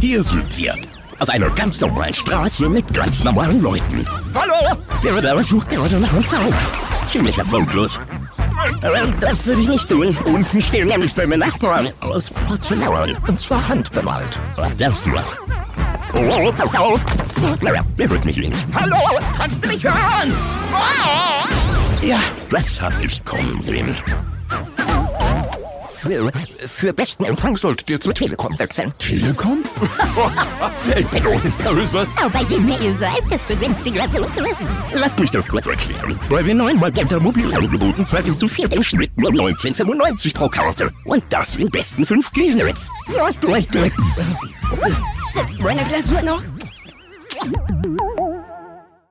Hier sind wir. Auf einer ganz normalen Straße mit ganz normalen Leuten. Hallo! Der Rebell sucht gerade nach einem Fahrer. Ziemlich erfolglos. Aber Das würde ich nicht tun. Unten stehen nämlich seine Nachbarn aus Porzellan. Und zwar handbemalt. Ach, das nur. Oh, pass auf! Naja, der hört mich eh nicht. Hallo, kannst du mich hören? Ah! Ja, das hab ich kommen sehen. Für, für besten Empfang solltet ihr zur Telekom wechseln. Telekom? hey, hallo, da ist was. Aber je mehr ihr seid, desto günstiger wird es. Lasst mich das kurz erklären. Bei den neuen Magenta Mobilangeboten zahlt ihr zu viert im Schnitt nur 19,95 pro Karte. Und das im besten 5G-Netz. Du hast recht, Dreck. Sitzt meine Glasur noch?